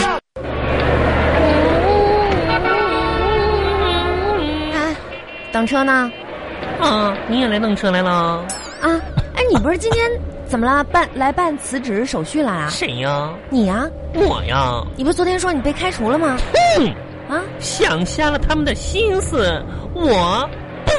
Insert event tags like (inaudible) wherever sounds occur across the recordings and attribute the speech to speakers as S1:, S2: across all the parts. S1: 啊等车呢？
S2: 啊，你也来弄车来了？
S1: 啊，哎，你不是今天怎么了？办来办辞职手续来啊？
S2: 谁呀？
S1: 你呀、
S2: 我呀，
S1: 你不是昨天说你被开除了吗？
S2: 哼，
S1: 啊，
S2: 想瞎了他们的心思，我不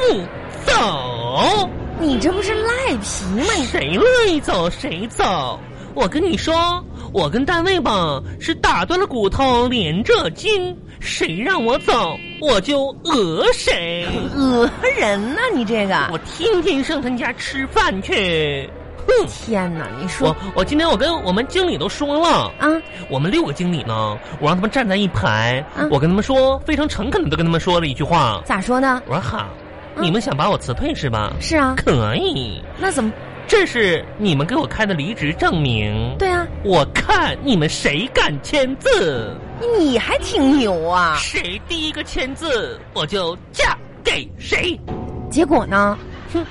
S2: 走。
S1: 你这不是赖皮吗？你
S2: 谁乐意走谁走。我跟你说，我跟单位吧是打断了骨头连着筋，谁让我走我就讹谁。
S1: 讹人呢、你这个
S2: 我天天上他们家吃饭去。哼，
S1: 天哪！你说
S2: 我我今天我跟我们经理都说了，
S1: 啊，
S2: 我们六个经理呢，我让他们站在一排，
S1: 嗯
S2: 我跟他们说，非常诚恳的都跟他们说了一句话，
S1: 咋说呢？
S2: 我说好，
S1: 嗯
S2: 你们想把我辞退是吧？
S1: 是啊，
S2: 可以，
S1: 那怎么？
S2: 这是你们给我开的离职证明。
S1: 对啊，
S2: 我看你们谁敢签字，
S1: 你还挺牛啊！
S2: 谁第一个签字，我就嫁给谁。
S1: 结果呢？
S2: 哼，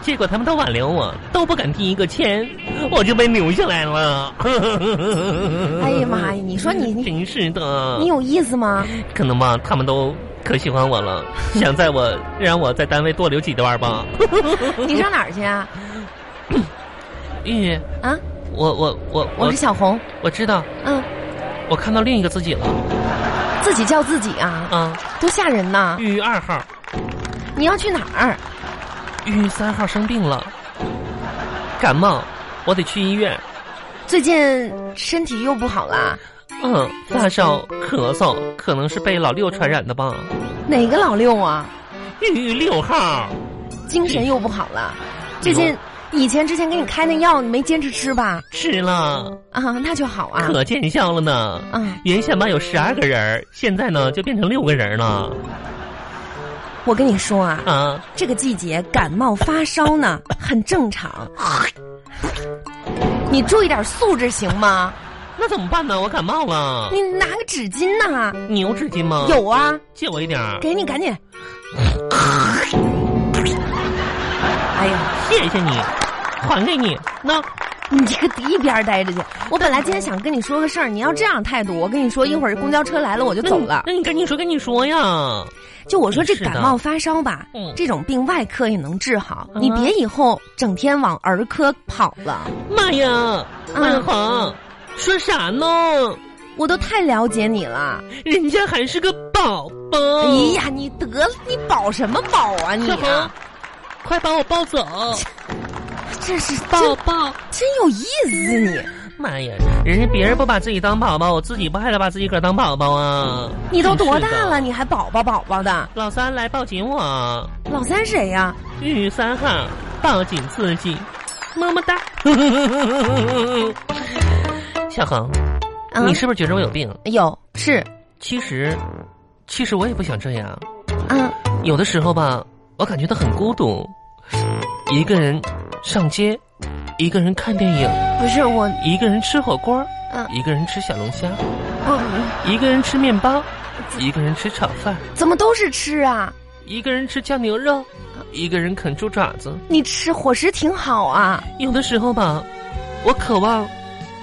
S2: 结果他们都挽留我，都不敢第一个签，我就被留下来了。
S1: 哎呀妈呀！你说你你
S2: 真是的，
S1: 你有意思吗？
S2: 可能吧，他们都可喜欢我了，想在我让我在单位多留几段吧。
S1: 你上哪儿去啊？
S2: 玉玉，
S1: 啊，
S2: 我我我
S1: 我
S2: 我
S1: 是小红，
S2: 我知道，
S1: 嗯，
S2: 我看到另一个自己了
S1: 自己叫自己啊，
S2: 啊，
S1: 多吓人呐！
S2: 玉玉二号，
S1: 你要去哪儿？
S2: 玉玉三号生病了，感冒，我得去医院。
S1: 最近身体又不好啦？
S2: 嗯，发烧、咳嗽，可能是被老六传染的吧。
S1: 哪个老六啊？
S2: 玉玉六号，
S1: 精神又不好了？最近以前之前给你开那药，你没坚持吃吧？
S2: 吃了，
S1: 啊，那就好啊。
S2: 可见效了呢。
S1: 啊，
S2: 原先吧有十二个人儿，现在呢就变成六个人了
S1: 我跟你说啊，
S2: 啊！
S1: 这个季节感冒发烧呢，很正常。你注意点素质行吗？
S2: 那怎么办呢？我感冒了，
S1: 你拿个纸巾呐、
S2: 你有纸巾吗？，
S1: 有啊，
S2: 借我一点儿。
S1: 给你赶紧。哎呀，
S2: 谢谢你，还给你。那
S1: 你这个一边待着去！我本来
S2: 嗯
S1: 今天想跟你说个事儿，你要这样态度，我跟你说，一会儿公交车来了我就走了。
S2: 那你赶紧说，赶紧说呀！
S1: 就我说这
S2: 嗯是的
S1: 感冒发烧吧
S2: 嗯，
S1: 这种病外科也能治好，
S2: 嗯
S1: 你别以后整天往儿科跑了。
S2: 妈呀，万
S1: 嗯
S2: 恒，说啥呢？
S1: 我都太了解你了。
S2: 人家还是个宝宝。
S1: 哎呀，你得了，你保什么保啊你
S2: 小
S1: 啊
S2: 红！，快把我抱走，
S1: (laughs) 这是
S2: 抱
S1: 真
S2: 抱！
S1: 真有意思你，
S2: 妈呀，人家别人不把自己当宝宝，我自己不还得把自己个儿当宝宝啊？
S1: 你都多
S2: 真是
S1: 大
S2: 的
S1: 了，？你还宝宝宝宝的？
S2: 老三来抱紧我，
S1: 老三谁呀、
S2: 玉玉三号抱紧自己，么 (laughs) 么哒。小恒，
S1: 嗯
S2: 你是不是觉得我有病？
S1: 有是
S2: 其实，其实我也不想这样。
S1: 嗯，
S2: 有的时候吧，我感觉到很孤独，一个人上街，一个人看电影，
S1: 不是我，
S2: 一个人吃火锅，
S1: 嗯哦
S2: 一个人吃小龙虾，
S1: 我
S2: 一个人吃面包，一个人吃炒饭，
S1: 怎么都是吃啊？
S2: 一个人吃酱牛肉，一个人啃猪爪子。
S1: 你吃伙食挺好啊，
S2: 有的时候吧，我渴望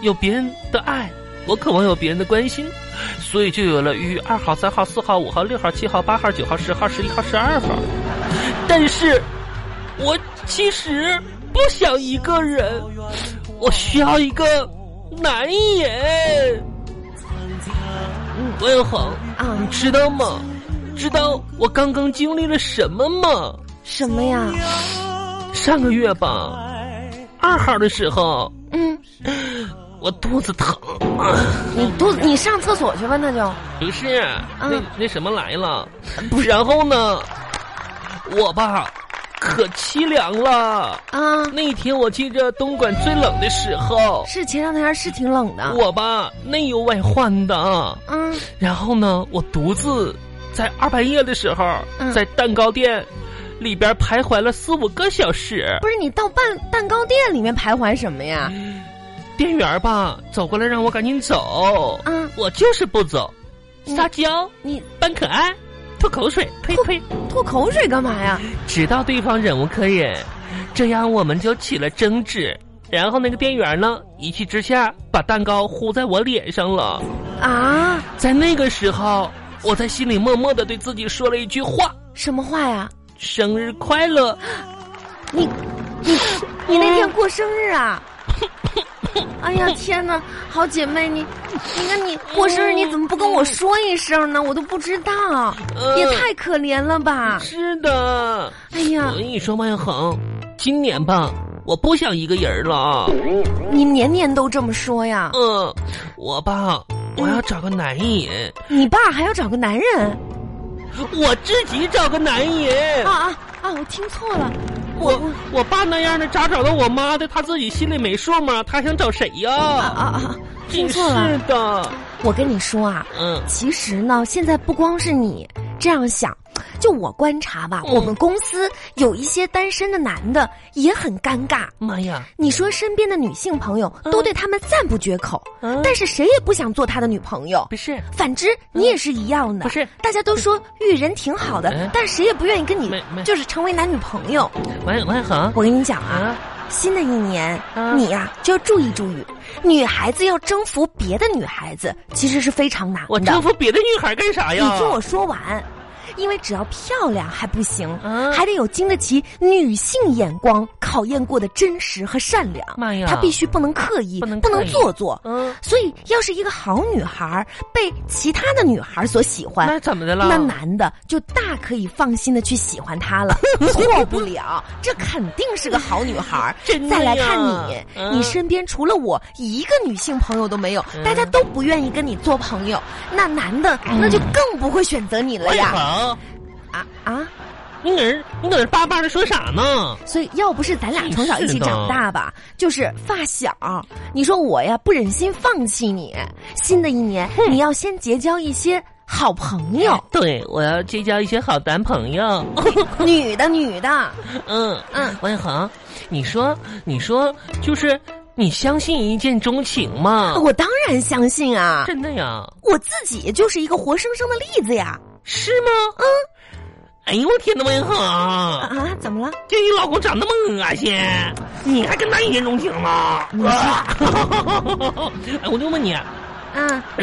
S2: 有别人的爱，我渴望有别人的关心，所以就有了于二号、三号、四号、五号、六号、七号、八号、九号、十号、十一号、十二号。但是，我其实不想一个人，我需要一个男人。万恒，
S1: 啊
S2: 你知道吗？知道我刚刚经历了什么吗？
S1: 什么呀？
S2: 上个月吧，二号的时候，
S1: 嗯，
S2: 我肚子疼，
S1: 你肚子你上厕所去吧，那就
S2: 不是、那
S1: 嗯
S2: 那什么来了，然后呢，我吧可凄凉了。
S1: 啊。
S2: 那天我记着东莞最冷的时候，
S1: 是前两天是挺冷的，
S2: 我吧内忧外患的。
S1: 嗯
S2: 然后呢，我独自在二半夜的时候，
S1: 嗯
S2: 在蛋糕店里边徘徊了四五个小时，
S1: 不是你到蛋蛋糕店里面徘徊什么呀？
S2: 店员吧走过来让我赶紧走，
S1: 嗯，
S2: 我就是不走，
S1: 嗯
S2: 撒娇。
S1: 你
S2: 扮可爱，吐口水，呸呸，
S1: 吐口水干嘛呀？
S2: 直到对方忍无可忍，这样我们就起了争执。然后那个店员呢，一气之下把蛋糕糊在我脸上了。
S1: 啊，
S2: 在那个时候，我在心里默默的对自己说了一句话
S1: 什么话呀？：“
S2: 生日快乐！
S1: 你你你那天过生日啊？哎呀天哪，好姐妹，你你看你过生日你怎么不跟我说一声呢？我都不知道，
S2: 呃
S1: 也太可怜了吧！
S2: 是的，
S1: 哎呀
S2: 我，跟你说，王小恒，今年吧，我不想一个人了。
S1: 你年年都这么说呀？
S2: 嗯，我吧，我要找个男人，
S1: 你爸还要找个男人？
S2: 我自己找个男人
S1: 啊。啊啊！我听错了，我
S2: 我我爸那样的，咋找到我妈的？他自己心里没数吗？他想找谁
S1: 啊
S2: 呀？
S1: 啊啊！听
S2: 真是
S1: 错了，
S2: 的，
S1: 我跟你说啊，
S2: 嗯
S1: 其实呢，现在不光是你这样想，就我观察吧，
S2: 嗯
S1: 我们公司有一些单身的男的也很尴尬。
S2: 妈呀，
S1: 你说身边的女性朋友都对他们赞不绝口，
S2: 嗯
S1: 但是谁也不想做他的女朋友。
S2: 不是，
S1: 反之，你也是一样的。
S2: 不是
S1: 大家都说遇人挺好的
S2: 哎，
S1: 但谁也不愿意跟你
S2: 没没
S1: 就是成为男女朋友。
S2: 王王小恒
S1: 我跟你讲啊，
S2: 啊，
S1: 新的一年，
S2: 啊
S1: 你呀、就要注意注意，女孩子要征服别的女孩子，其实是非常难的。
S2: 我征服别的女孩干啥
S1: 你
S2: 呀？
S1: 听我说完，因为只要漂亮还不行，
S2: 嗯
S1: 还得有经得起女性眼光考验过的真实和善良。
S2: 妈呀
S1: 她必须不能刻意，
S2: 不能刻意
S1: 做作。
S2: 嗯，
S1: 所以，要是一个好女孩被其他的女孩所喜欢，
S2: 那怎么的了？
S1: 那男的就大可以放心的去喜欢她了， (laughs) 错不了，这肯定是个好女孩儿
S2: (laughs) 真。的
S1: 再来看
S2: 呀
S1: 你，
S2: 嗯
S1: 你身边除了我一个女性朋友都没有，大家都不愿意跟你做朋友，那男的
S2: 嗯
S1: 那就更不会选择你了
S2: 王小
S1: 呀！
S2: 恒，
S1: 啊啊！
S2: 你搁这你搁这叭叭的说啥呢？
S1: 所以要不是咱俩
S2: 真
S1: 从小一起
S2: 是的
S1: 长大吧，就是发小，你说我呀不忍心放弃你，新的一年你要先结交一些好朋
S2: (laughs)
S1: 友，
S2: 对，我要结交一些好男朋友。
S1: 女的女的，
S2: 嗯
S1: 嗯
S2: 嗯，王小恒，你说，你说，就是你相信一见钟情吗？
S1: 我当然相信啊。
S2: 真的呀？
S1: 我自己就是一个活生生的例子呀！
S2: 是吗？嗯。哎呦我天呐，王小恒，
S1: 啊，怎么了？
S2: 就你老公长那么恶心，你还跟他一见钟情呢？
S1: 嗯
S2: 啊 (laughs) 哎，我就问你，
S1: 啊，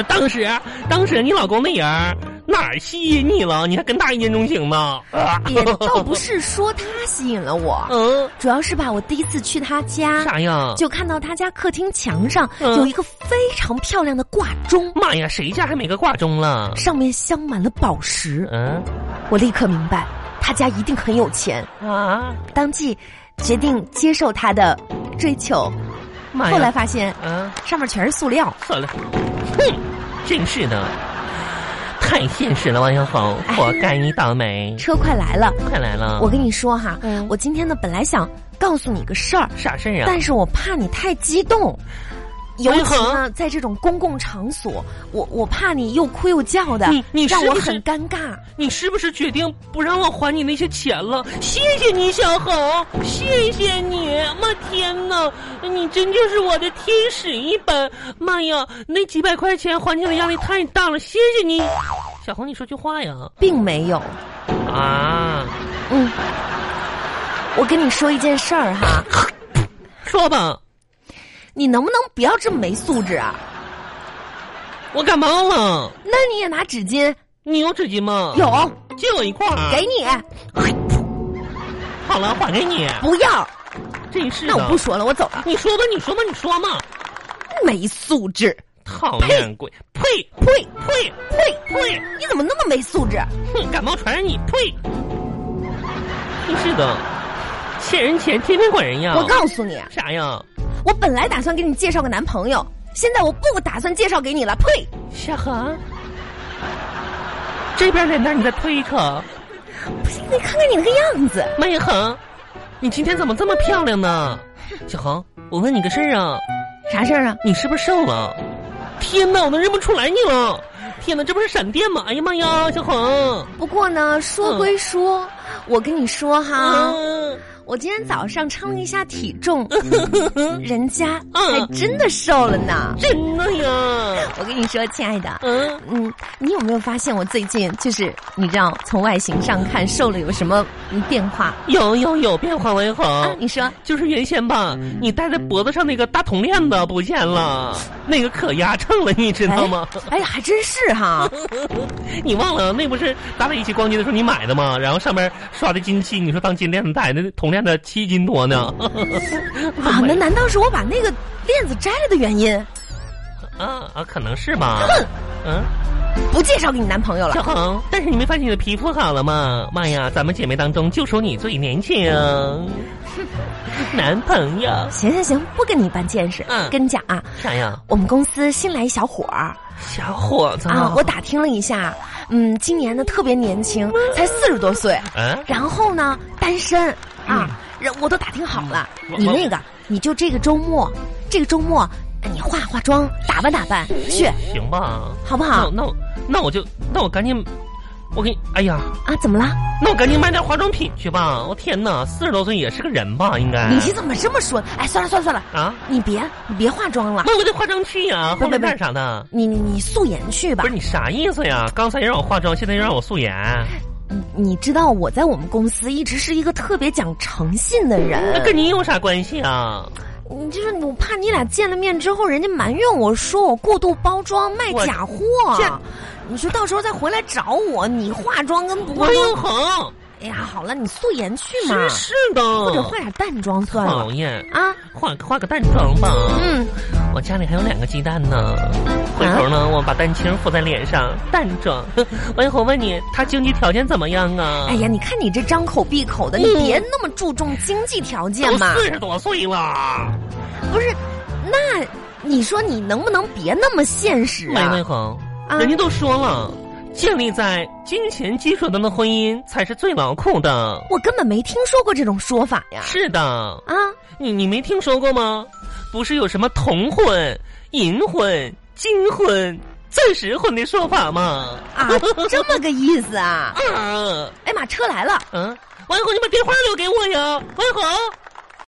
S2: 当时当时你老公那人儿哪儿吸引你了？你还跟他一见钟情呢？啊
S1: 也倒不是说他吸引了我，
S2: (laughs) 嗯，
S1: 主要是吧，我第一次去他家，
S2: 啥呀？
S1: 就看到他家客厅墙上
S2: 嗯
S1: 有一个非常漂亮的挂钟，
S2: 妈呀，谁家还没个挂钟了？
S1: 上面镶满了宝石。
S2: 嗯
S1: 我立刻明白，他家一定很有钱，
S2: 啊，
S1: 当即决定接受他的追求。
S2: 妈哎呀！
S1: 后来发现
S2: 啊，
S1: 上面全是塑料，
S2: 算了，哼，真是的，太现实了，王小红，活该你倒霉。
S1: 车快来了。
S2: 快来了，
S1: 哎我跟你说哈，
S2: 嗯
S1: 我今天呢本来想告诉你个事儿，
S2: 啥事儿啊？
S1: 但是我怕你太激动，尤
S2: 为
S1: 其呢
S2: 何
S1: 在这种公共场所，我我怕你又哭又叫的
S2: 嗯你，你是
S1: 让我
S2: 不是
S1: 很尴尬。
S2: 你是不是决定不让我还你那些钱了？谢谢你，小红，谢谢你！妈天哪，你真就是我的天使一般！妈呀，那几百块钱还你的压力太大了，谢谢你，小红，你说句话呀！
S1: 并没有，
S2: 啊，
S1: 嗯，我跟你说一件事儿哈，
S2: 说吧，
S1: 你能不能不要这么没素质啊？
S2: 我感冒了，
S1: 那你也拿纸巾，
S2: 你有纸巾吗？
S1: 有，啊
S2: 借我一块儿。
S1: 给你，
S2: 好了，还给你。
S1: 不要。
S2: 真是的。
S1: 那我不说了，我走了。
S2: 你说吧，你说吧，你说嘛。
S1: 没素质，
S2: 讨厌鬼，呸
S1: 呸
S2: 呸！
S1: 呸呸！你怎么那么没素质？
S2: 哼，感冒传染你，呸！真是的，欠人钱天天管人要。
S1: 我告诉你，
S2: 啥呀？
S1: 我本来打算给你介绍个男朋友，现在我不打算介绍给你了，呸！
S2: 小恒，这边脸蛋你再推一口。
S1: 不信你看看你那个样子，
S2: 麦一恒，你今天怎么这么漂亮呢？小恒，我问你个事儿啊。
S1: 啥事儿啊？
S2: 你是不是瘦了？天哪，我都认不出来你了！天哪，这不是闪电吗？哎呀妈呀，小红，
S1: 嗯啊不过呢，说归说，我跟你说哈，
S2: 嗯，
S1: 我今天早上称了一下体重，人家还真的瘦了呢。
S2: 真的呀，
S1: 我跟你说，亲爱的，
S2: 嗯，
S1: 嗯，你有没有发现我最近就是你知道从外形上看瘦了有什么嗯变化？
S2: 有有有变化为好
S1: 啊，。你说
S2: 就是原先吧，
S1: 嗯
S2: 你戴在脖子上那个大铜链子不见了，那个可压秤了，你知道吗？
S1: 哎呀，还真是哈！
S2: (laughs) 你忘了那不是咱俩一起逛街的时候你买的吗？然后上面刷的金漆，你说当金链子戴，那铜链子七斤
S1: (laughs)
S2: 多呢。
S1: 啊，那难道是我把那个链子摘了的原因？
S2: 啊啊，可能是
S1: (laughs)
S2: 吧。嗯，
S1: 不介绍给你男朋友
S2: 小
S1: 了？
S2: 红，但是你没发现你的皮肤好了吗？妈呀，咱们姐妹当中就属你最
S1: (laughs)
S2: 年轻。男朋友
S1: 行行行，不跟你一般见识。
S2: 嗯
S1: 跟你讲啊，
S2: 啥呀？
S1: 我们公司新来一小伙儿
S2: 小伙子
S1: 啊，我打听了一下，嗯，今年呢特别年轻，才四十多岁，
S2: 嗯，
S1: 然后呢单身啊，人我都打听好了。
S2: 嗯
S1: 你那个，你就这个周末，这个周末哎你化化妆，打扮打扮去，
S2: 行吧。
S1: 好不
S2: 那
S1: 好？
S2: 那我那我就那我赶紧，我给你，哎呀，
S1: 啊，怎么了？
S2: 那我赶紧买点化妆品去吧。我天哪，四十多岁也是个人吧？应该
S1: 你你怎么这么说？哎，算了算了算了，
S2: 啊，
S1: 你别你别化妆了，
S2: 那我得化妆去呀，
S1: 不不
S2: 化妆
S1: 不
S2: 蛋啥的。
S1: 你你你素颜去吧
S2: 不是。你啥意思呀？刚才让我化妆，现在又让我素颜，
S1: 你你知道我在我们公司一直是一个特别讲诚信的人，
S2: 那跟你有啥关系啊？
S1: 你就是我怕你俩见了面之后，人家埋怨我说我过度包装卖
S2: 我
S1: 假货
S2: 这，
S1: 你说到时候再回来找我，你化妆跟不化
S2: 王永
S1: 妆，
S2: 恒，
S1: 哎呀，好了，你素颜去嘛，
S2: 真是哦的，
S1: 或者化点淡妆算了
S2: 讨厌，
S1: 啊。
S2: 化化个淡妆吧。
S1: 嗯，啊
S2: 我家里还有两个鸡蛋呢，回头呢，我把蛋清敷在脸上，淡 (laughs) 妆。王一红问你，他经济条件怎么样啊？
S1: 哎呀，你看你这张口闭口的，你
S2: 嗯哦
S1: 别那么注重经济条件
S2: 都
S1: 嘛。
S2: 四十多岁了，
S1: 不是，那你说你能不能别那么现实
S2: 王
S1: 啊
S2: 一？红，
S1: 啊
S2: 人家都说了，建立在金钱基础上的婚姻才是最牢固的。
S1: 我根本没听说过这种说法呀。
S2: 是的，
S1: 啊，
S2: 你你没听说过吗？不是有什么同婚、银婚、金婚、钻石婚的说法吗？
S1: 啊，这么个意思啊！
S2: (laughs) 啊，
S1: 哎妈，车来了。
S2: 嗯，王一红，你把电话留给我呀，王一红。